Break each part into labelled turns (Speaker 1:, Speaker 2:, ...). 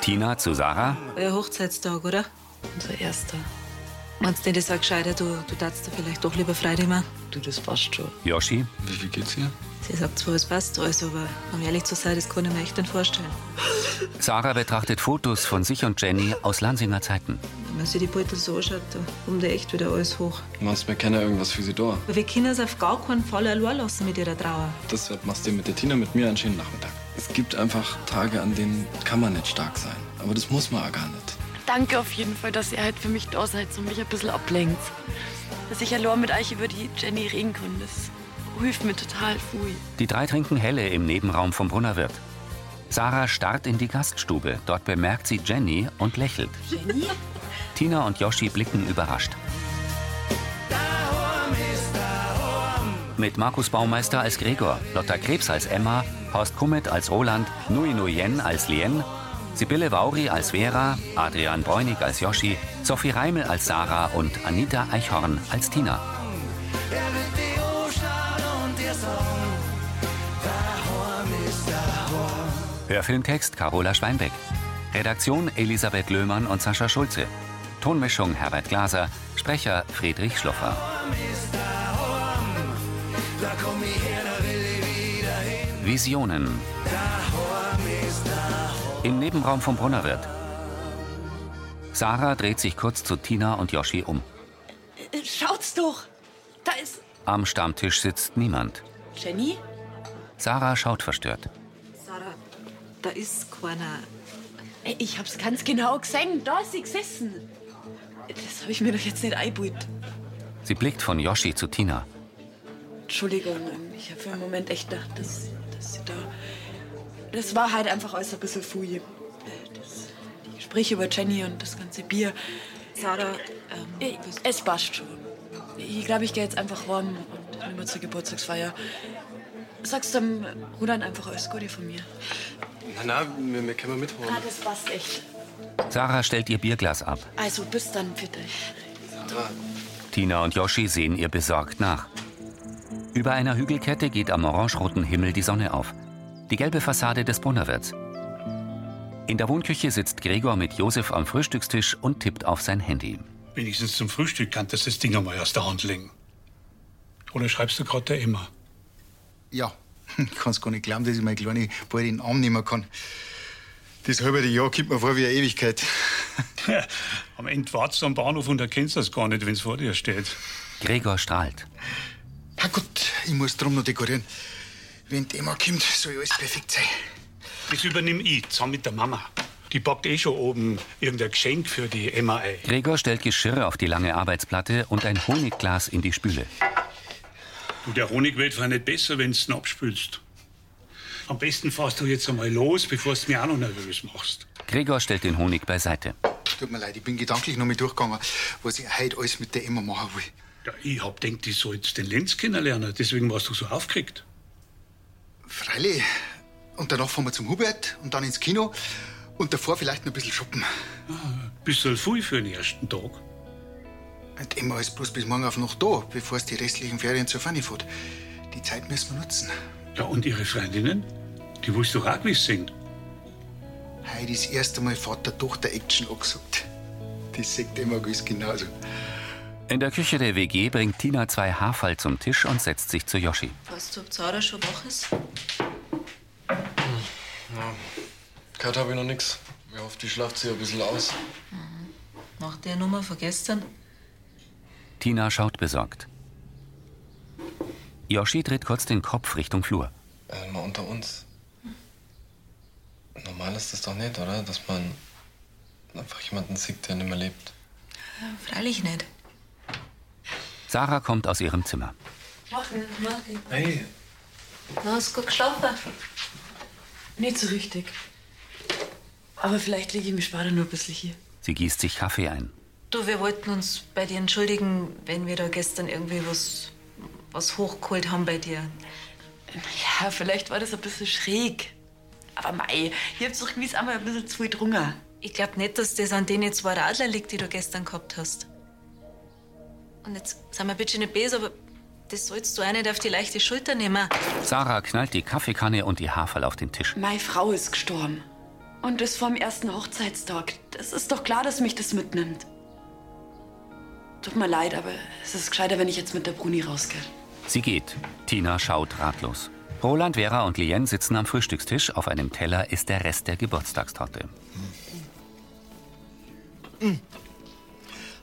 Speaker 1: Tina zu Sarah,
Speaker 2: Euer Hochzeitstag, oder? Unser erster. Meinst du nicht, das war gescheiter? Du, du darfst da vielleicht doch lieber Freude machen. Du, das passt schon.
Speaker 1: Yoshi,
Speaker 3: Wie viel geht's hier?
Speaker 2: Sie sagt zwar, es passt alles, aber um ehrlich zu sein, das kann ich mir echt nicht vorstellen.
Speaker 1: Sarah betrachtet Fotos von sich und Jenny aus Lansinger Zeiten.
Speaker 2: Wenn man sich die Beutel so anschaut, da kommt ja echt wieder alles hoch.
Speaker 3: Meinst du, wir kennen irgendwas für sie da?
Speaker 2: Aber wir können es auf gar keinen Fall allein lassen mit ihrer Trauer.
Speaker 3: Das wird machst du mit der Tina, mit mir einen schönen Nachmittag. Es gibt einfach Tage, an denen kann man nicht stark sein. Aber das muss man auch gar nicht.
Speaker 4: Danke auf jeden Fall, dass ihr halt für mich da seid und mich ein bisschen ablenkt. Dass ich allein mit euch über die Jenny reden kann, das hilft mir total viel.
Speaker 1: Die drei trinken Helle im Nebenraum vom Brunnerwirt. Sarah starrt in die Gaststube. Dort bemerkt sie Jenny und lächelt.
Speaker 4: Jenny?
Speaker 1: Tina und Yoshi blicken überrascht. Mit Markus Baumeister als Gregor, Lotta Krebs als Emma, Horst Kummet als Roland, Nui Nuyen als Lien, Sibylle Vauri als Vera, Adrian Bräunig als Yoshi, Sophie Reimel als Sarah und Anita Eichhorn als Tina. Hörfilmtext Carola Schweinbeck. Redaktion Elisabeth Löhmann und Sascha Schulze. Tonmischung Herbert Glaser. Sprecher Friedrich Schloffer. Visionen. Im Nebenraum vom Brunnerwirt. Sarah dreht sich kurz zu Tina und Yoshi um.
Speaker 4: Äh, Schaut's doch! Da ist
Speaker 1: Am Stammtisch sitzt niemand.
Speaker 4: Jenny?
Speaker 1: Sarah schaut verstört.
Speaker 2: Sarah, da ist keiner.
Speaker 4: Ey, Äh, Ich hab's ganz genau gesehen, da ist sie gesessen. Äh, Das hab ich mir doch jetzt nicht eingebildet.
Speaker 1: Sie blickt von Yoshi zu Tina.
Speaker 4: Entschuldigung, ähm, ich habe für einen Moment echt gedacht, dass, dass sie da. Das war halt einfach alles ein bisschen fui. Das, die Gespräche über Jenny und das ganze Bier.
Speaker 2: Sarah, ähm,
Speaker 4: Ich, es passt schon. Ich glaube, ich gehe jetzt einfach rum und nehmen wir zur Geburtstagsfeier. Sagst dem Roland einfach alles Gute von mir.
Speaker 3: Na, na, wir, wir können
Speaker 2: Ah,
Speaker 3: mitholen.
Speaker 4: das passt echt.
Speaker 1: Sarah stellt ihr Bierglas ab.
Speaker 4: Also bis dann, bitte.
Speaker 1: Tina und Yoshi sehen ihr besorgt nach. Über einer Hügelkette geht am orangeroten Himmel die Sonne auf. Die gelbe Fassade des Brunnerwirts. In der Wohnküche sitzt Gregor mit Josef am Frühstückstisch und tippt auf sein Handy.
Speaker 5: Wenigstens zum Frühstück kann das das Ding einmal aus der Hand legen. Oder schreibst du gerade der Emma?
Speaker 6: Ja, ich kann's gar nicht glauben, dass ich meine Kleine bald in den Arm nehmen kann. Das halbe Jahr kommt mir vor wie eine Ewigkeit.
Speaker 5: Am Ende wartest du am Bahnhof und erkennst das gar nicht, wenn's vor dir steht.
Speaker 1: Gregor strahlt.
Speaker 6: Na gut, ich muss drum noch dekorieren. Wenn die Emma kommt, soll alles perfekt sein.
Speaker 5: Das übernimm ich, zusammen mit der Mama. Die backt eh schon oben irgendein Geschenk für die Emma ein.
Speaker 1: Gregor stellt Geschirr auf die lange Arbeitsplatte und ein Honigglas in die Spüle.
Speaker 5: Du, der Honig wird zwar nicht besser, wenn's ihn abspülst. Am besten fährst du jetzt einmal los, bevor du mich auch noch nervös machst.
Speaker 1: Gregor stellt den Honig beiseite.
Speaker 6: Tut mir leid, ich bin gedanklich noch mal durchgegangen, was ich heute alles mit der Emma machen will.
Speaker 5: Ja, ich hab denkt, ich soll jetzt den Lenz kennenlernen, deswegen warst du so aufgeregt.
Speaker 6: Freilich. Und danach fahren wir zum Hubert und dann ins Kino. Und davor vielleicht noch ein bisschen shoppen.
Speaker 5: Ah, Bist du viel für den ersten Tag?
Speaker 6: Und Emma ist bloß bis morgen auf noch da, bevor es die restlichen Ferien zur Fanny fährt. Die Zeit müssen wir nutzen.
Speaker 5: Ja, und ihre Freundinnen? Die willst du doch auch gewiss sehen.
Speaker 6: Heute ist das erste Mal Vater-Tochter-Action angesagt. Das sagt Emma gewiss genauso.
Speaker 1: In der Küche der WG bringt Tina zwei Haferl zum Tisch und setzt sich zu Yoshi.
Speaker 2: weißt du, ob Sarah schon wach ist?
Speaker 3: Gehört habe ich noch nichts. Ich hoffe, die schlaft sich ein bisschen aus.
Speaker 2: Nach der Nummer von gestern?
Speaker 1: Tina schaut besorgt. Yoshi dreht kurz den Kopf Richtung Flur.
Speaker 3: Äh, mal unter uns. Normal ist das doch nicht, oder? Dass man einfach jemanden sieht, der nicht mehr lebt.
Speaker 2: Äh, Freilich nicht.
Speaker 1: Sarah kommt aus ihrem Zimmer.
Speaker 2: Machen, machen.
Speaker 3: Hey,
Speaker 2: Na, hast du gut geschlafen?
Speaker 4: Nicht so richtig. Aber vielleicht liege ich mich später nur ein bisschen hier.
Speaker 1: Sie gießt sich Kaffee ein.
Speaker 2: Du, wir wollten uns bei dir entschuldigen, wenn wir da gestern irgendwie was, was hochgeholt haben bei dir.
Speaker 4: Ja, vielleicht war das ein bisschen schräg. Aber mei, ihr habt doch gewiss einmal ein bisschen zu viel drungen.
Speaker 2: Ich glaube nicht, dass das an denen zwei Radler liegt, die du gestern gehabt hast. Und jetzt sind wir bitte nicht böse, aber das sollst du auch nicht auf die leichte Schulter nehmen.
Speaker 1: Sarah knallt die Kaffeekanne und die Haferl auf den Tisch.
Speaker 4: Meine Frau ist gestorben. Und das vom ersten Hochzeitstag. Das ist doch klar, dass mich das mitnimmt. Tut mir leid, aber es ist gescheiter, wenn ich jetzt mit der Bruni rausgehe.
Speaker 1: Sie geht. Tina schaut ratlos. Roland, Vera und Lien sitzen am Frühstückstisch. Auf einem Teller ist der Rest der Geburtstagstorte.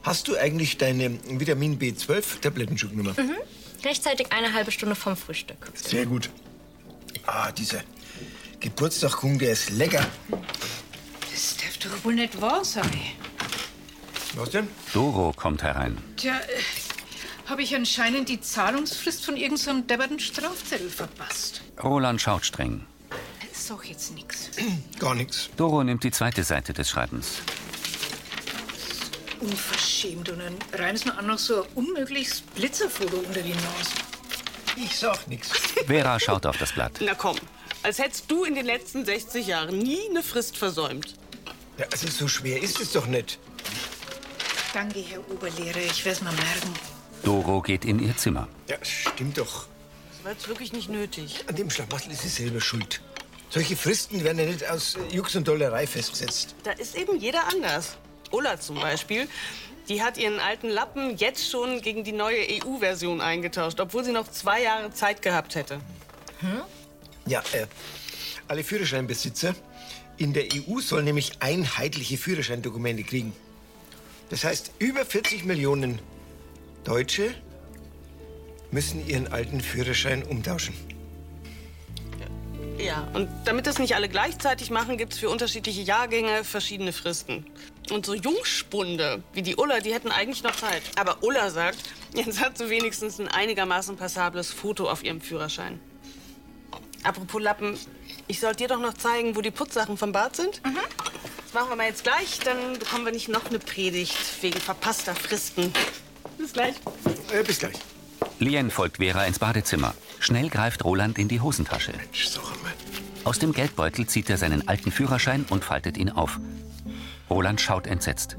Speaker 7: Hast du eigentlich deine Vitamin B12-Tabletten schon genommen?
Speaker 8: Mhm. Rechtzeitig eine halbe Stunde vom Frühstück.
Speaker 7: Sehr gut. Ah, dieser Geburtstagskuchen, der ist lecker.
Speaker 9: Das darf doch wohl nicht wahr sein.
Speaker 7: Was denn?
Speaker 1: Doro kommt herein.
Speaker 9: Tja, äh, habe ich anscheinend die Zahlungsfrist von irgendeinem so depperten Strafzettel verpasst.
Speaker 1: Roland schaut streng.
Speaker 9: Äh, Sag jetzt nichts.
Speaker 7: Gar nichts.
Speaker 1: Doro nimmt die zweite Seite des Schreibens.
Speaker 9: Unverschämt. Und dann reimt man auch noch so ein unmögliches Blitzerfoto unter die Nase.
Speaker 7: Ich sag nichts.
Speaker 1: Vera schaut auf das Blatt.
Speaker 10: Na komm, als hättest du in den letzten 60 Jahren nie eine Frist versäumt.
Speaker 7: Ja, also so schwer ist es doch nicht.
Speaker 9: Danke, Herr Oberlehrer. Ich werde es mal merken.
Speaker 1: Doro geht in ihr Zimmer.
Speaker 7: Ja, stimmt doch.
Speaker 10: Das war jetzt wirklich nicht nötig.
Speaker 7: An dem Schlamassel ist sie selber schuld. Solche Fristen werden ja nicht aus äh, Jux und Dollerei festgesetzt.
Speaker 10: Da ist eben jeder anders. Ulla zum Beispiel, die hat ihren alten Lappen jetzt schon gegen die neue EU-Version eingetauscht, obwohl sie noch zwei Jahre Zeit gehabt hätte.
Speaker 7: Ja, äh, alle Führerscheinbesitzer in der EU sollen nämlich einheitliche Führerscheindokumente kriegen. Das heißt, über 40 Millionen Deutsche müssen ihren alten Führerschein umtauschen.
Speaker 10: Ja, und damit das nicht alle gleichzeitig machen, gibt's für unterschiedliche Jahrgänge verschiedene Fristen. Und so Jungspunde wie die Ulla, die hätten eigentlich noch Zeit. Aber Ulla sagt, jetzt hat sie wenigstens ein einigermaßen passables Foto auf ihrem Führerschein. Apropos Lappen, ich soll dir doch noch zeigen, wo die Putzsachen vom Bad sind. Das machen wir mal jetzt gleich, dann bekommen wir nicht noch eine Predigt wegen verpasster Fristen. Bis gleich.
Speaker 7: Äh, bis gleich.
Speaker 1: Lien folgt Vera ins Badezimmer. Schnell greift Roland in die Hosentasche. Aus dem Geldbeutel zieht er seinen alten Führerschein und faltet ihn auf. Roland schaut entsetzt.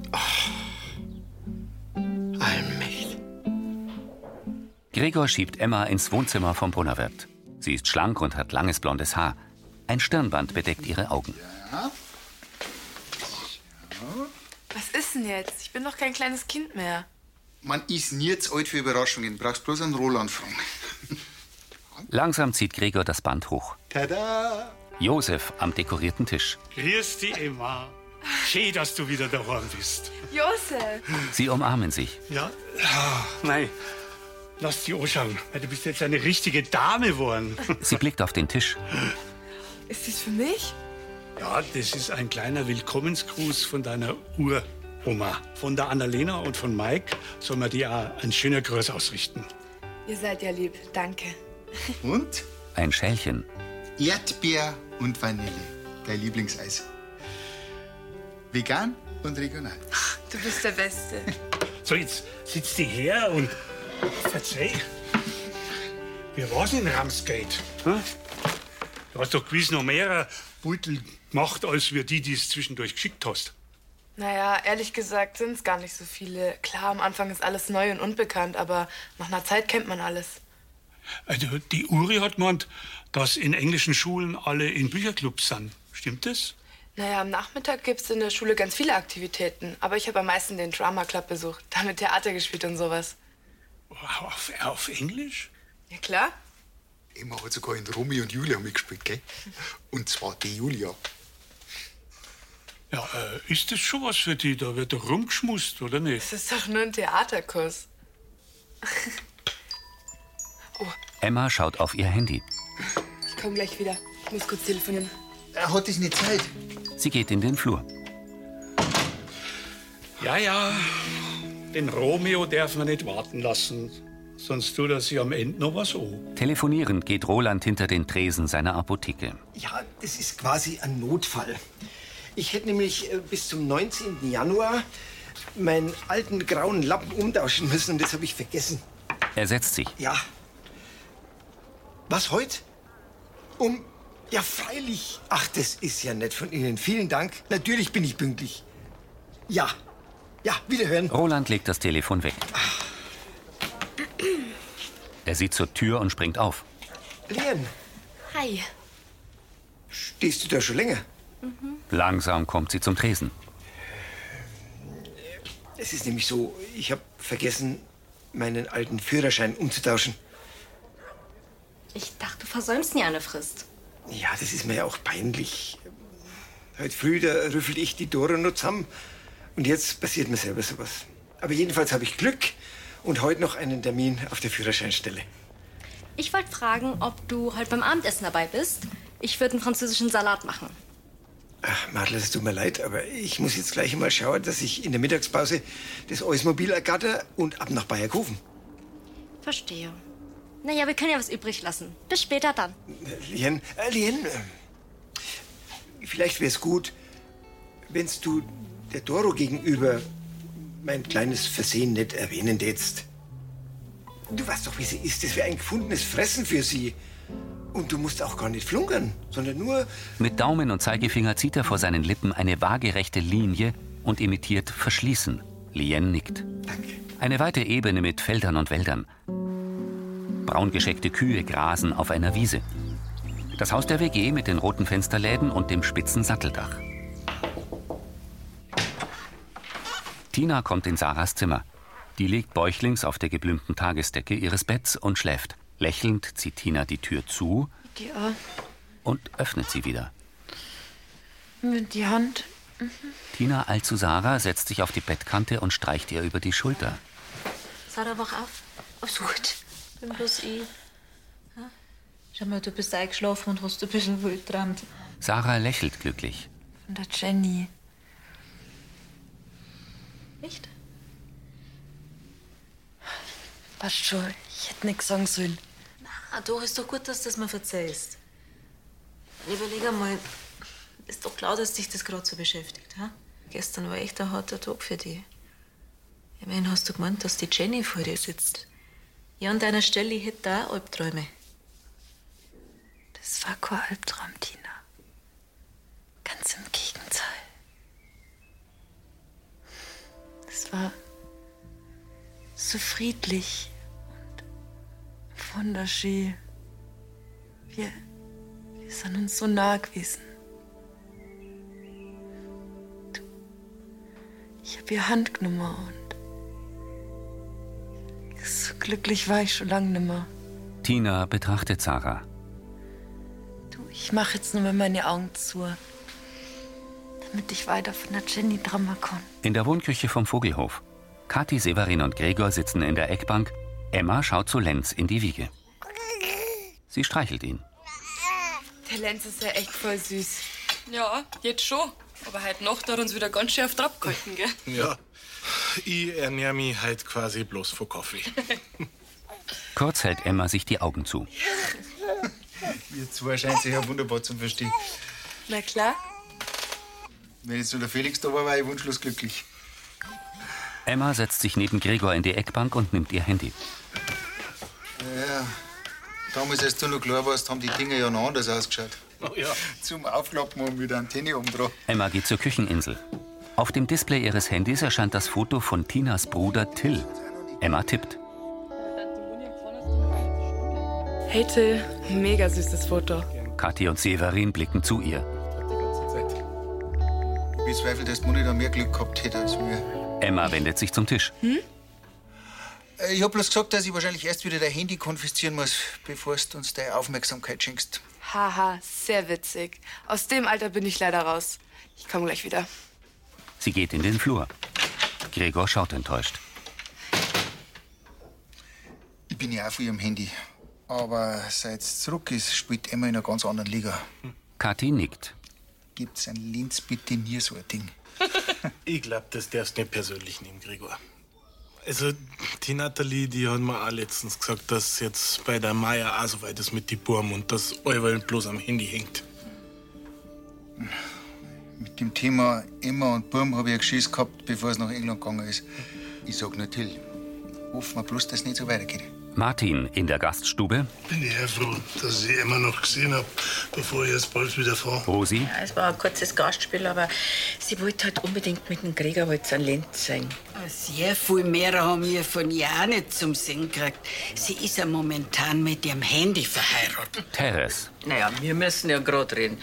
Speaker 1: Gregor schiebt Emma ins Wohnzimmer vom Brunnerwirt. Sie ist schlank und hat langes blondes Haar. Ein Stirnband bedeckt ihre Augen.
Speaker 11: Was ist denn jetzt? Ich bin doch kein kleines Kind mehr.
Speaker 6: Man ist nie zu alt für Überraschungen. Brauchst bloß einen Roland fragen.
Speaker 1: Langsam zieht Gregor das Band hoch.
Speaker 6: Tada!
Speaker 1: Josef am dekorierten Tisch.
Speaker 5: Grüß die Emma. Schön, dass du wieder daheim bist.
Speaker 11: Josef!
Speaker 1: Sie umarmen sich.
Speaker 5: Ja? Ah, Nein, lass dich anschauen, weil du bist jetzt eine richtige Dame geworden.
Speaker 1: Sie blickt auf den Tisch.
Speaker 11: Ist das für mich?
Speaker 5: Ja, das ist ein kleiner Willkommensgruß von deiner Uroma. Von der Annalena und von Mike soll man dir auch einen schönen Gruß ausrichten.
Speaker 11: Ihr seid ja lieb. Danke.
Speaker 6: Und?
Speaker 1: Ein Schälchen.
Speaker 6: Erdbeer und Vanille. Dein Lieblingseis. Vegan und regional.
Speaker 11: Du bist der Beste.
Speaker 5: So, jetzt sitzt die her und verzeih. Wie war's in Ramsgate? Hm? Du hast doch gewiss noch mehrere Beutel gemacht, als wir die, die es zwischendurch geschickt hast.
Speaker 11: Naja, ehrlich gesagt sind es gar nicht so viele. Klar, am Anfang ist alles neu und unbekannt, aber nach einer Zeit kennt man alles.
Speaker 5: Also, die Uri hat gemeint, dass in englischen Schulen alle in Bücherclubs sind. Stimmt das?
Speaker 11: Naja, am Nachmittag gibt's in der Schule ganz viele Aktivitäten, aber ich habe am meisten den Drama Club besucht, damit Theater gespielt und sowas.
Speaker 5: Auf, auf Englisch?
Speaker 11: Ja klar.
Speaker 6: Emma hat sogar in Romeo und Julia mitgespielt, gell? Und zwar die Julia.
Speaker 5: Ja, äh, ist das schon was für die? Da wird doch rumgeschmust, oder nicht?
Speaker 11: Das ist doch nur ein Theaterkurs.
Speaker 1: Emma schaut auf ihr Handy.
Speaker 11: Ich komme gleich wieder. Ich muss kurz telefonieren.
Speaker 6: Er hat dich nicht Zeit.
Speaker 1: Sie geht in den Flur.
Speaker 5: Ja, ja. Den Romeo darf man nicht warten lassen. Sonst tut er sich am Ende noch was an.
Speaker 1: Telefonierend geht Roland hinter den Tresen seiner Apotheke.
Speaker 7: Ja, das ist quasi ein Notfall. Ich hätte nämlich äh, bis zum 19. Januar meinen alten grauen Lappen umtauschen müssen und das habe ich vergessen.
Speaker 1: Er setzt sich.
Speaker 7: Ja. Was heute? Um. Ja, freilich. Ach, das ist ja nett von Ihnen. Vielen Dank. Natürlich bin ich pünktlich. Ja. Ja, wiederhören.
Speaker 1: Roland legt das Telefon weg. Er sieht zur Tür und springt auf.
Speaker 7: Lien,
Speaker 8: Hi.
Speaker 7: stehst du da schon länger?
Speaker 1: Langsam kommt sie zum Tresen.
Speaker 7: Es ist nämlich so, ich habe vergessen, meinen alten Führerschein umzutauschen.
Speaker 8: Ich dachte, du versäumst nie eine Frist.
Speaker 7: Ja, das ist mir ja auch peinlich. Heute früh, da rüffel ich die Dora nur zusammen. Und jetzt passiert mir selber sowas. Aber jedenfalls habe ich Glück und heute noch einen Termin auf der Führerscheinstelle.
Speaker 8: Ich wollte fragen, ob du heute beim Abendessen dabei bist. Ich würde einen französischen Salat machen.
Speaker 7: Ach, Madel, es tut mir leid, aber ich muss jetzt gleich mal schauen, dass ich in der Mittagspause das Eusmobil ergatter und ab nach Bayerkofen.
Speaker 8: Verstehe. Naja, wir können ja was übrig lassen. Bis später dann.
Speaker 7: Lien, äh, Lien, äh, vielleicht wäre es gut, wenn's du der Doro gegenüber mein kleines Versehen nicht erwähnen tätst. Du weißt doch, wie sie ist. Das wäre ein gefundenes Fressen für sie. Und du musst auch gar nicht flunkern, sondern nur
Speaker 1: Mit Daumen und Zeigefinger zieht er vor seinen Lippen eine waagerechte Linie und imitiert Verschließen. Lien nickt. Eine weite Ebene mit Feldern und Wäldern. Braungescheckte Kühe grasen auf einer Wiese. Das Haus der WG mit den roten Fensterläden und dem spitzen Satteldach. Tina kommt in Sarahs Zimmer. Die liegt bäuchlings auf der geblümten Tagesdecke ihres Betts und schläft. Lächelnd zieht Tina die Tür zu
Speaker 4: Ja,
Speaker 1: und öffnet sie wieder.
Speaker 4: mit die Hand.
Speaker 12: Mhm.
Speaker 1: Tina eilt zu Sarah, setzt sich auf die Bettkante und streicht ihr über die Schulter.
Speaker 2: Sarah, wach auf. Alles gut. Bin bloß ich. Ja? Schau mal, du bist eingeschlafen und hast ein bisschen wild geträumt.
Speaker 1: Sarah lächelt glücklich.
Speaker 2: Von der Jenny. Echt?
Speaker 12: Passt schon, ich hätte nichts sagen sollen.
Speaker 2: Ah, doch, ist doch gut, dass du das mir erzählst. Überleg einmal, ist doch klar, dass dich das gerade so beschäftigt, ha? Gestern war echt ein harter Tag für dich. Immerhin hast du gemeint, dass die Jenny vor dir sitzt. Ja, an deiner Stelle ich hätte da Albträume.
Speaker 12: Das war kein Albtraum, Tina. Ganz im Gegenteil. Es war so friedlich und wunderschön. Wir, wir sind uns so nah gewesen. Du, ich habe ihr Hand genommen und so glücklich war ich schon lange nicht mehr.
Speaker 1: Tina betrachtet Sarah.
Speaker 12: Ich mache jetzt nur mal meine Augen zu, damit ich weiter von der Jenny Drama kann.
Speaker 1: In der Wohnküche vom Vogelhof. Kathi, Severin und Gregor sitzen in der Eckbank. Emma schaut zu Lenz in die Wiege. Sie streichelt ihn.
Speaker 11: Der Lenz ist ja echt voll süß.
Speaker 13: Ja, jetzt schon. Aber heute Nacht hat uns wieder ganz schön auf Trab gehalten, gell?
Speaker 14: Ja. Ich ernähre mich halt quasi bloß von Kaffee.
Speaker 1: Kurz hält Emma sich die Augen zu.
Speaker 6: Ihr zwei scheint sich ja wunderbar zu verstehen.
Speaker 12: Na klar.
Speaker 6: Wenn jetzt nur der Felix da war, war ich wunschlos glücklich.
Speaker 1: Emma setzt sich neben Gregor in die Eckbank und nimmt ihr Handy.
Speaker 6: Ja, damals, als du noch klar warst, haben die Dinge ja noch anders ausgeschaut. Oh ja. Zum Aufklappen und mit Antenne umdrehen.
Speaker 1: Emma geht zur Kücheninsel. Auf dem Display ihres Handys erscheint das Foto von Tinas Bruder Till. Emma tippt.
Speaker 11: Hey Till, mega süßes Foto.
Speaker 1: Kathi und Severin blicken zu ihr.
Speaker 6: Ich bezweifle, dass du nicht mehr Glück gehabt hätte als wir.
Speaker 1: Emma wendet sich zum Tisch.
Speaker 6: Äh, Ich hab bloß gesagt, dass ich wahrscheinlich erst wieder dein Handy konfiszieren muss, bevor du uns deine Aufmerksamkeit schenkst.
Speaker 11: Haha, sehr witzig. Aus dem Alter bin ich leider raus. Ich komme gleich wieder.
Speaker 1: Sie geht in den Flur. Gregor schaut enttäuscht.
Speaker 6: Ich bin ja auch von ihrem Handy. Aber seit's zurück ist, spielt Emma in einer ganz anderen Liga.
Speaker 1: Kathi nickt.
Speaker 6: Gibt's ein Linz bitte nie so ein Ding?
Speaker 14: Ich glaub, das darfst du nicht persönlich nehmen, Gregor. Also, die Nathalie, die hat mir auch letztens gesagt, dass jetzt bei der Maya auch so weit ist mit die Burm und dass Euwell bloß am Handy hängt.
Speaker 6: Mit dem Thema Emma und Burm habe ich ein Geschiss gehabt, bevor es nach England gegangen ist. Ich sag nur Till, hoffen wir bloß, dass es nicht so weitergeht.
Speaker 1: Martin in der Gaststube.
Speaker 15: Bin ich ja froh, dass ich sie immer noch gesehen habe, bevor ich jetzt bald wieder fahre.
Speaker 1: Rosi.
Speaker 16: Ja, es war ein kurzes Gastspiel, aber sie wollte halt unbedingt mit dem Gregor wollte sie an Lenz sein. Sehr viel mehr haben wir von ihr auch nicht zum Sinn gekriegt. Sie ist ja momentan mit ihrem Handy verheiratet.
Speaker 1: Teres.
Speaker 17: Naja, wir müssen ja gerade reden.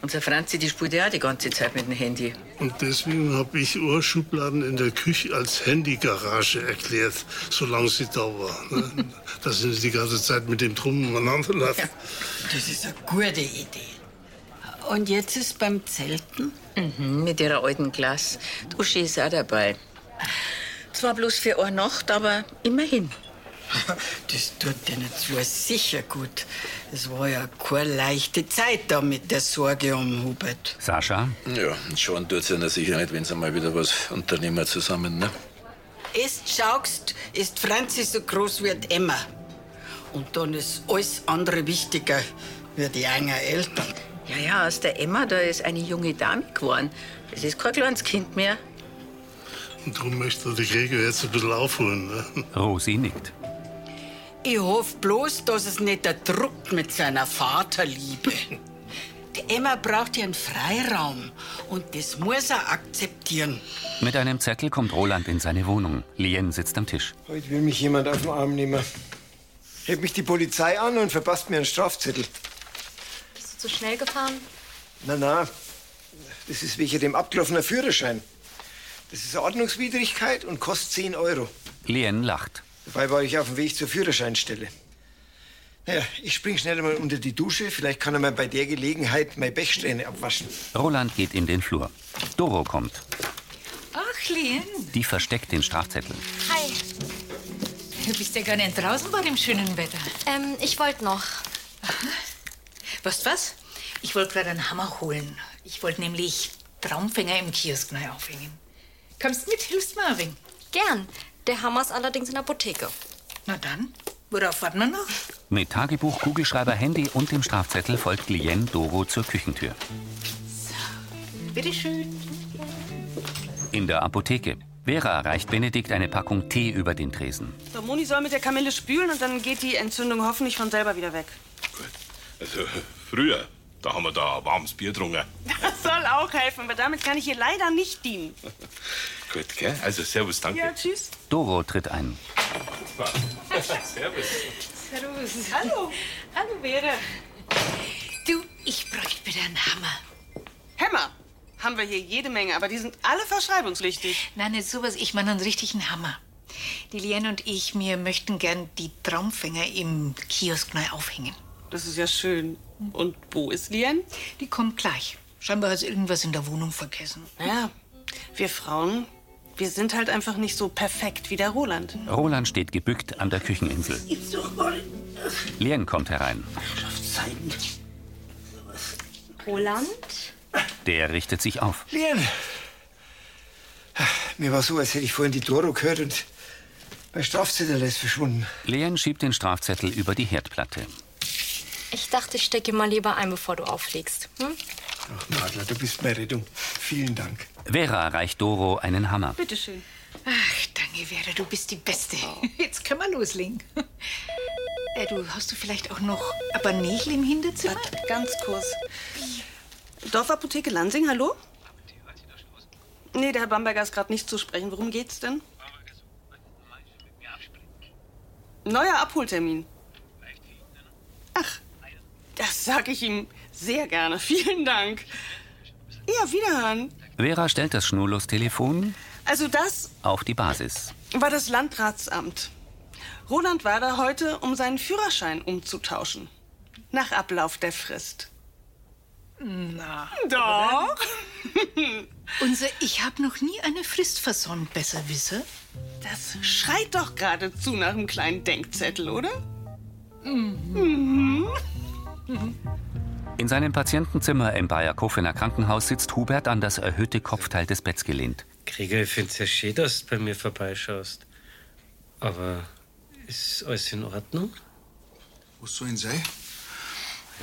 Speaker 17: Unsere Franzi, die spielt ja auch die ganze Zeit mit dem Handy.
Speaker 15: Und deswegen habe ich Ohrschubladen in der Küche als Handygarage erklärt, solange sie da war. Ne? Dass sie nicht die ganze Zeit mit dem Drum umeinander läuft.
Speaker 16: Das ist eine gute Idee. Und jetzt ist beim Zelten?
Speaker 17: Mhm, mit ihrer alten Glas. Dusche ist auch dabei. Zwar bloß für eine Nacht, aber immerhin.
Speaker 16: Das tut denen zwar sicher gut. Es war ja keine leichte Zeit da mit der Sorge um Hubert.
Speaker 1: Sascha?
Speaker 18: Ja, schon tut's in der Sicherheit, wenn sie mal wieder was unternehmen zusammen, ne?
Speaker 16: Erst schaust, ist Franzi so groß wie die Emma. Und dann ist alles andere wichtiger wie die eigenen Eltern.
Speaker 17: Ja, ja, aus der Emma, da ist eine junge Dame geworden. Das ist kein kleines Kind mehr.
Speaker 15: Und darum möchte die Gregor jetzt ein bisschen aufholen. Ne?
Speaker 1: Rosi nickt.
Speaker 16: Ich hoffe bloß, dass es nicht erdruckt mit seiner Vaterliebe. Die Emma braucht ihren Freiraum und das muss er akzeptieren.
Speaker 1: Mit einem Zettel kommt Roland in seine Wohnung. Lien sitzt am Tisch.
Speaker 7: Heute will mich jemand auf den Arm nehmen. Hebt mich die Polizei an und verpasst mir einen Strafzettel.
Speaker 8: Bist du zu schnell gefahren?
Speaker 7: Na, na, das ist wegen dem abgelaufenen Führerschein. Das ist Ordnungswidrigkeit und kostet 10 Euro.
Speaker 1: Lien lacht.
Speaker 7: Dabei war ich auf dem Weg zur Führerscheinstelle. Naja, ich spring schnell mal unter die Dusche. Vielleicht kann er mir bei der Gelegenheit meine Bechsträhne abwaschen.
Speaker 1: Roland geht in den Flur. Doro kommt.
Speaker 19: Ach, Lien,
Speaker 1: Die versteckt den Strafzettel.
Speaker 19: hi. Du bist ja gar nicht draußen bei dem schönen Wetter.
Speaker 8: Ähm, ich wollte noch.
Speaker 19: Weißt du was? Ich wollte gerade einen Hammer holen. Ich wollte nämlich Traumfänger im Kiosk neu aufhängen. Kommst mit, hilfst mir ein wenig.
Speaker 8: Gern. Der Hammer ist allerdings in der Apotheke.
Speaker 19: Na dann, worauf warten wir noch?
Speaker 1: Mit Tagebuch, Kugelschreiber, Handy und dem Strafzettel folgt Lien Doro zur Küchentür.
Speaker 19: Bitteschön.
Speaker 1: In der Apotheke. Vera reicht Benedikt eine Packung Tee über den Tresen.
Speaker 10: So, Moni soll mit der Kamille spülen und dann geht die Entzündung hoffentlich von selber wieder weg.
Speaker 20: Also, früher, da haben wir da warmes Bier getrunken.
Speaker 10: Das soll auch helfen, aber damit kann ich ihr leider nicht dienen.
Speaker 20: Gut, gell? Also, Servus, danke.
Speaker 10: Ja, tschüss.
Speaker 1: Doro tritt ein.
Speaker 20: Servus.
Speaker 19: Servus. Hallo. Hallo, Vera. Du, ich bräuchte bitte einen Hammer.
Speaker 10: Hämmer haben wir hier jede Menge, aber die sind alle verschreibungspflichtig.
Speaker 19: Nein, nicht sowas. Ich meine einen richtigen Hammer. Die Lien und ich, wir möchten gern die Traumfänger im Kiosk neu aufhängen.
Speaker 10: Das ist ja schön. Und wo ist Lien?
Speaker 19: Die kommt gleich. Scheinbar hat sie irgendwas in der Wohnung vergessen.
Speaker 10: Ja, wir Frauen, wir sind halt einfach nicht so perfekt wie der Roland.
Speaker 1: Roland steht gebückt an der Kücheninsel.
Speaker 10: Gib's doch mal.
Speaker 1: Lien kommt herein.
Speaker 8: Roland?
Speaker 1: Der richtet sich auf.
Speaker 7: Lien! Mir war so, als hätte ich vorhin die Doro gehört und mein Strafzettel ist verschwunden.
Speaker 1: Lien schiebt den Strafzettel über die Herdplatte.
Speaker 8: Ich dachte, ich stecke mal lieber ein, bevor du auflegst. Hm?
Speaker 7: Ach, Nadler, du bist meine Rettung. Vielen Dank.
Speaker 1: Vera reicht Doro einen Hammer.
Speaker 10: Bitteschön.
Speaker 19: Ach, danke, Vera, du bist die Beste. Jetzt können wir loslegen. Äh, du, hast du vielleicht auch noch ein paar Nägel im Hinterzimmer?
Speaker 10: ganz kurz. Dorfapotheke Lansing, hallo? Nee, der Herr Bamberger ist gerade nicht zu sprechen. Worum geht's denn? Neuer Abholtermin. Ach, das sag ich ihm sehr gerne. Vielen Dank. Ja, wiederhören.
Speaker 1: Vera stellt das Schnurlos-Telefon
Speaker 10: Also das
Speaker 1: auf die Basis.
Speaker 10: war das Landratsamt. Roland war da heute, um seinen Führerschein umzutauschen. Nach Ablauf der Frist.
Speaker 19: Na.
Speaker 10: Doch.
Speaker 19: Unser Ich habe noch nie eine Frist versäumt, besser wisse.
Speaker 10: Das schreit doch geradezu nach einem kleinen Denkzettel, oder?
Speaker 1: In seinem Patientenzimmer im Bayer-Kofener Krankenhaus sitzt Hubert an das erhöhte Kopfteil des Betts gelehnt.
Speaker 21: Gregor, ich find's ja schön, dass du bei mir vorbeischaust. Aber ist alles in Ordnung?
Speaker 6: Was soll denn sein?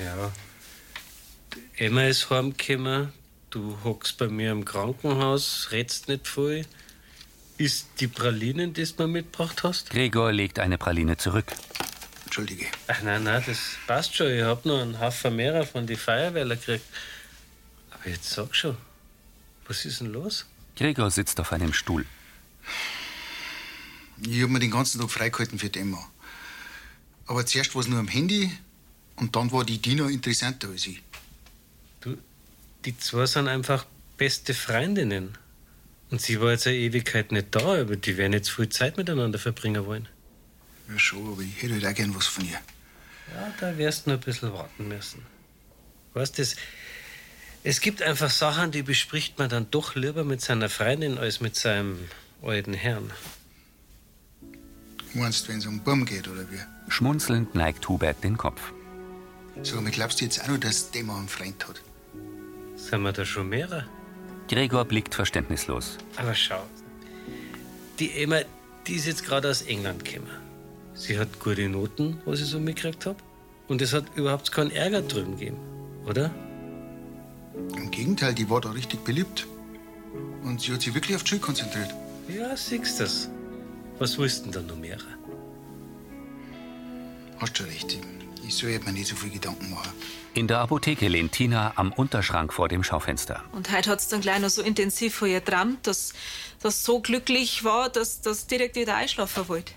Speaker 21: Ja. Die Emma ist heimgekommen, du hockst bei mir im Krankenhaus, redst nicht viel. Ist die Pralinen, die du mir mitgebracht hast?
Speaker 1: Gregor legt eine Praline zurück.
Speaker 21: Entschuldige. Ach nein, nein, das passt schon. Ich hab noch einen Haufen mehrer von die Feuerwehr gekriegt. Aber jetzt sag schon, was ist denn los?
Speaker 1: Gregor sitzt auf einem Stuhl.
Speaker 6: Ich hab mir den ganzen Tag freigehalten für die Emma. Aber zuerst war es nur am Handy und dann war die Dina interessanter als ich.
Speaker 21: Die zwei sind einfach beste Freundinnen. Und sie war jetzt eine Ewigkeit nicht da, aber die werden jetzt viel Zeit miteinander verbringen wollen.
Speaker 6: Ja, schon, aber ich hätte halt auch gern was von ihr.
Speaker 21: Ja, da wärst du noch ein bisschen warten müssen. Weißt du, es- es gibt einfach Sachen, die bespricht man dann doch lieber mit seiner Freundin als mit seinem alten Herrn.
Speaker 6: Meinst du, wenn es um Baum geht oder wie?
Speaker 1: Schmunzelnd neigt Hubert den Kopf.
Speaker 6: Sag mal, glaubst du jetzt auch noch, dass die Emma einen Freund hat?
Speaker 21: Sind wir da schon mehrere?
Speaker 1: Gregor blickt verständnislos.
Speaker 21: Aber schau, die Emma, die ist jetzt gerade aus England gekommen. Sie hat gute Noten, was ich so mitgekriegt habe. Und es hat überhaupt keinen Ärger drüben gegeben, oder?
Speaker 6: Im Gegenteil, die war da richtig beliebt. Und sie hat sich wirklich auf die Schule konzentriert.
Speaker 21: Ja, siehst du's. Was willst du denn da noch mehr?
Speaker 6: Hast du recht. ich- Ich soll mir nicht so viel Gedanken machen.
Speaker 1: In der Apotheke lehnt Tina am Unterschrank vor dem Schaufenster.
Speaker 2: Und heute hat es dann gleich noch so intensiv von ihr geträumt, dass das so glücklich war, dass das direkt wieder einschlafen wollte.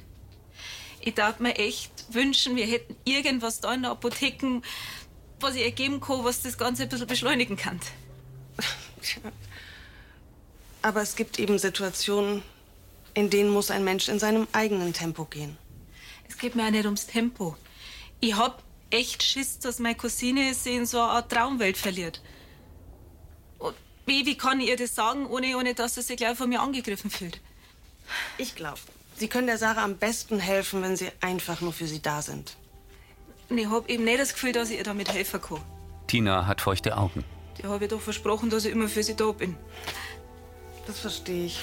Speaker 2: Ich darf mir echt wünschen, wir hätten irgendwas da in der Apotheke, was ich ergeben kann, was das Ganze ein bisschen beschleunigen kann.
Speaker 10: Aber es gibt eben Situationen, in denen muss ein Mensch in seinem eigenen Tempo gehen.
Speaker 2: Es geht mir auch nicht ums Tempo. Ich hab echt Schiss, dass meine Cousine sie in so eine Art Traumwelt verliert. Und wie, wie kann ich ihr das sagen, ohne, ohne dass sie sich gleich von mir angegriffen fühlt?
Speaker 10: Ich glaube. Sie können der Sarah am besten helfen, wenn Sie einfach nur für sie da sind.
Speaker 2: Und ich hab eben nicht das Gefühl, dass ich ihr damit helfen kann.
Speaker 1: Tina hat feuchte Augen.
Speaker 2: Ich habe ihr doch versprochen, dass ich immer für sie da bin.
Speaker 10: Das verstehe ich.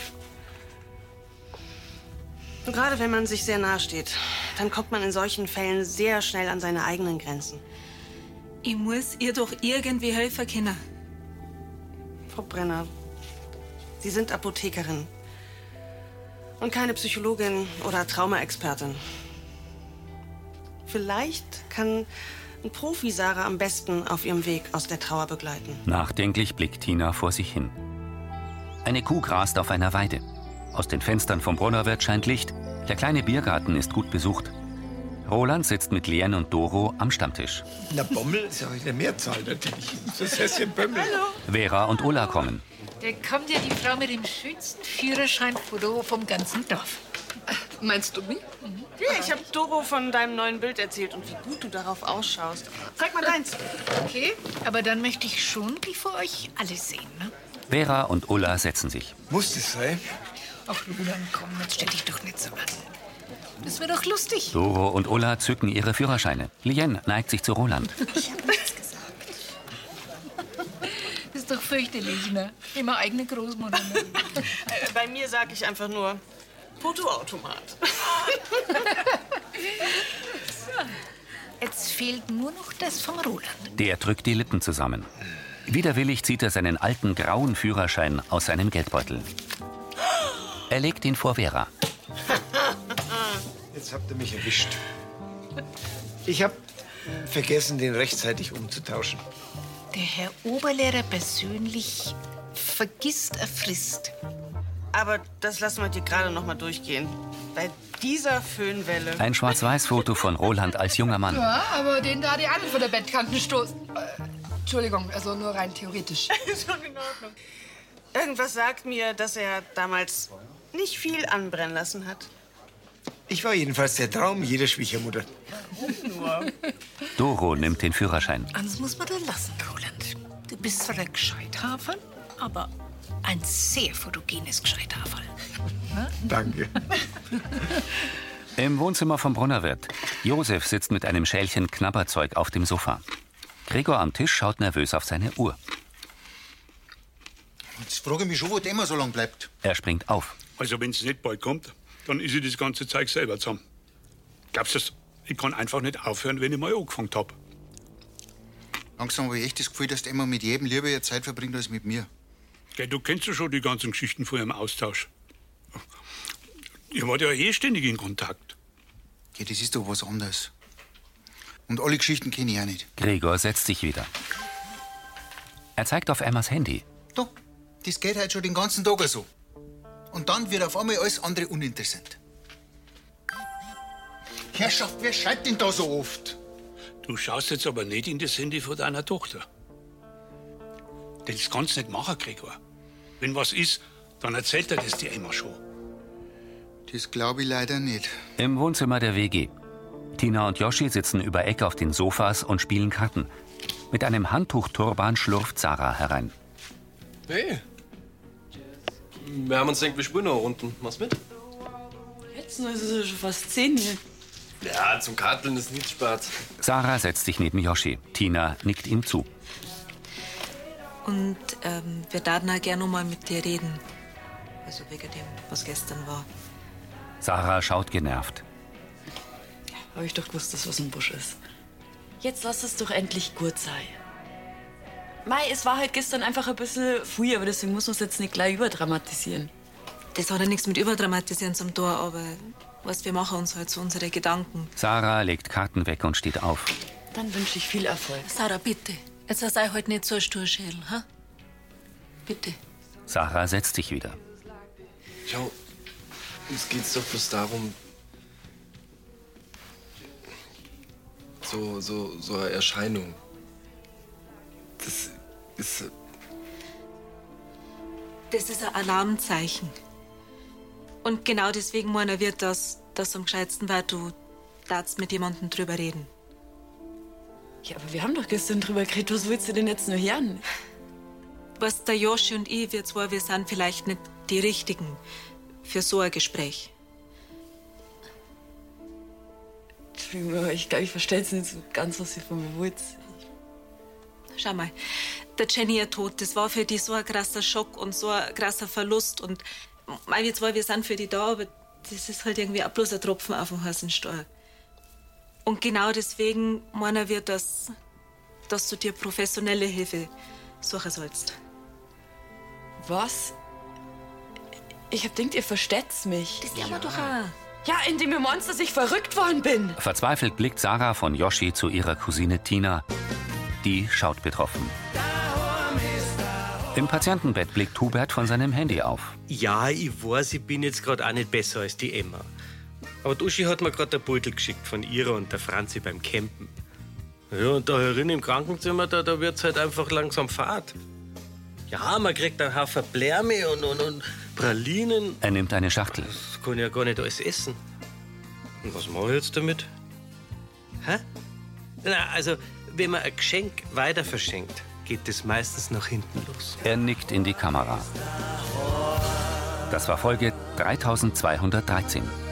Speaker 10: Und gerade wenn man sich sehr nahe steht, dann kommt man in solchen Fällen sehr schnell an seine eigenen Grenzen.
Speaker 2: Ich muss ihr doch irgendwie helfen können.
Speaker 10: Frau Brenner, Sie sind Apothekerin und keine Psychologin oder Traumaexpertin. Vielleicht kann ein Profi Sarah am besten auf ihrem Weg aus der Trauer begleiten.
Speaker 1: Nachdenklich blickt Tina vor sich hin. Eine Kuh grast auf einer Weide. Aus den Fenstern vom Brunnerwirt scheint Licht. Der kleine Biergarten ist gut besucht. Roland sitzt mit Lien und Doro am Stammtisch.
Speaker 7: Na, Bommel ist ja eine Mehrzahl natürlich. Das heißt ja Bömmel.
Speaker 1: Vera und Ola kommen.
Speaker 19: Da kommt ja die Frau mit dem schönsten Führerscheinfoto vom ganzen Dorf. Meinst du mich?
Speaker 10: Ja, ich habe Doro von deinem neuen Bild erzählt und wie gut du darauf ausschaust. Zeig mal deins.
Speaker 19: Okay, aber dann möchte ich schon die vor euch alle sehen. Ne?
Speaker 1: Vera und Ulla setzen sich.
Speaker 7: Muss das sein?
Speaker 19: Ach, Roland, komm, jetzt stell dich doch nicht so an. Das wäre doch lustig.
Speaker 1: Doro und Ulla zücken ihre Führerscheine. Lien neigt sich zu Roland.
Speaker 19: Ich hab nichts gesagt. Das ist doch fürchterlich, ne? Immer eigene Großmutter. Ne?
Speaker 10: Äh, Bei mir sage ich einfach nur Fotoautomat.
Speaker 19: Jetzt fehlt nur noch das von Roland.
Speaker 1: Der drückt die Lippen zusammen. Widerwillig zieht er seinen alten grauen Führerschein aus seinem Geldbeutel. Er legt ihn vor Vera.
Speaker 7: Jetzt habt ihr mich erwischt. Ich hab vergessen, den rechtzeitig umzutauschen.
Speaker 19: Der Herr Oberlehrer persönlich vergisst eine Frist.
Speaker 10: Aber das lassen wir dir gerade noch mal durchgehen. Bei dieser Föhnwelle.
Speaker 1: Ein Schwarz-Weiß-Foto von Roland als junger Mann.
Speaker 3: Ja, aber den da die anderen von der Bettkanten stoßen. Äh, Entschuldigung, also nur rein theoretisch.
Speaker 10: Schon in Ordnung. Irgendwas sagt mir, dass er damals nicht viel anbrennen lassen hat.
Speaker 7: Ich war jedenfalls der Traum jeder Schwiegermutter.
Speaker 10: Nur.
Speaker 1: Doro nimmt den Führerschein.
Speaker 3: Ans muss man da lassen, Roland.
Speaker 19: Du bist zwar ein Gescheithafer, aber ein sehr fotogenes Gescheithafer. Ne?
Speaker 7: Danke.
Speaker 1: Im Wohnzimmer vom Brunnerwirt. Josef sitzt mit einem Schälchen Knabberzeug auf dem Sofa. Gregor am Tisch schaut nervös auf seine Uhr.
Speaker 6: Jetzt frage ich mich schon, wo die Emma so lange bleibt.
Speaker 1: Er springt auf.
Speaker 5: Also, wenn es nicht bald kommt, dann ist ich das ganze Zeug selber zusammen. Glaubst du das? Ich kann einfach nicht aufhören, wenn ich mal angefangen habe.
Speaker 6: Langsam habe ich echt das Gefühl, dass die Emma mit jedem lieber ihre Zeit verbringt als mit mir.
Speaker 5: Gell, du kennst ja schon die ganzen Geschichten von ihrem Austausch. Ihr wart ja eh ständig in Kontakt.
Speaker 6: Ja, das ist doch was anderes. Und alle Geschichten kenne ich auch nicht.
Speaker 1: Gregor setzt sich wieder. Er zeigt auf Emmas Handy.
Speaker 6: Das geht halt schon den ganzen Tag so. Und dann wird auf einmal alles andere uninteressant. Herrschaft, wer schreibt denn da so oft?
Speaker 5: Du schaust jetzt aber nicht in das Handy von deiner Tochter. Das kannst du nicht machen, Gregor. Wenn was ist, dann erzählt er das dir immer schon.
Speaker 6: Das glaube ich leider nicht.
Speaker 1: Im Wohnzimmer der WG. Tina und Yoshi sitzen über Eck auf den Sofas und spielen Karten. Mit einem Handtuchturban schlurft Sarah herein.
Speaker 3: Hey. Wir haben uns denkt, wir spielen noch unten. Machst mit?
Speaker 4: Jetzt nur ist es ja schon fast 10 hier.
Speaker 3: Ja, zum Karteln ist nicht Spaß.
Speaker 1: Sarah setzt sich neben Yoshi. Tina nickt ihm zu.
Speaker 2: Und ähm, wir würden auch gerne mal mit dir reden. Also wegen dem, was gestern war.
Speaker 1: Sarah schaut genervt.
Speaker 4: Habe ich doch gewusst, dass was im Busch ist. Jetzt lass es doch endlich gut sein. Mei, es war halt gestern einfach ein bisschen früh, aber deswegen muss man es jetzt nicht gleich überdramatisieren.
Speaker 2: Das hat ja nichts mit Überdramatisieren zum Tor, aber weißt, wir machen uns halt so unsere Gedanken.
Speaker 1: Sarah legt Karten weg und steht auf.
Speaker 4: Dann wünsche ich viel Erfolg.
Speaker 2: Sarah, bitte. Jetzt sei halt nicht so ein Sturschädel, ha? Bitte.
Speaker 1: Sarah setzt sich wieder.
Speaker 3: Schau, uns geht's doch bloß darum. So, so, so eine Erscheinung. Das ist.
Speaker 2: Das ist ein Alarmzeichen. Und genau deswegen meiner wird das, das am gescheitsten war, du darfst mit jemandem drüber reden.
Speaker 4: Ja, aber wir haben doch gestern drüber geredet. Was willst du denn jetzt nur hören?
Speaker 2: Was der Joshi und ich, wir zwei, wir sind vielleicht nicht die Richtigen für so ein Gespräch.
Speaker 4: Entschuldigung, aber ich glaube, ich verstehe jetzt nicht so ganz, was ihr von mir wollt.
Speaker 2: Schau mal, der Jenny ihr Tod, das war für die so ein krasser Schock und so ein krasser Verlust. Und mei, wir zwei, wir sind für die da, aber das ist halt irgendwie auch bloß ein Tropfen auf dem heißen Stein. Und genau deswegen meinen wir, dass, dass du dir professionelle Hilfe suchen sollst.
Speaker 4: Was? Ich hab denkt, ihr versteht's mich.
Speaker 2: Das ja. doch auch.
Speaker 4: Ja, indem ihr meint, dass ich verrückt worden bin.
Speaker 1: Verzweifelt blickt Sarah von Yoshi zu ihrer Cousine Tina. Die schaut betroffen. Im Patientenbett blickt Hubert von seinem Handy auf.
Speaker 21: Ja, ich weiß, ich bin jetzt gerade auch nicht besser als die Emma. Aber Duschi hat mir gerade der Beutel geschickt von ihrer und der Franzi beim Campen. Ja, und da herin im Krankenzimmer, da, da wird's halt einfach langsam fad. Ja, man kriegt einen Haufen Blärme und, und, und Pralinen.
Speaker 1: Er nimmt eine Schachtel.
Speaker 21: Das kann ich ja gar nicht alles essen. Und was mache ich jetzt damit? Hä? Na, also, wenn man ein Geschenk weiter verschenkt, geht es meistens nach hinten los.
Speaker 1: Er nickt in die Kamera. Das war Folge 3213.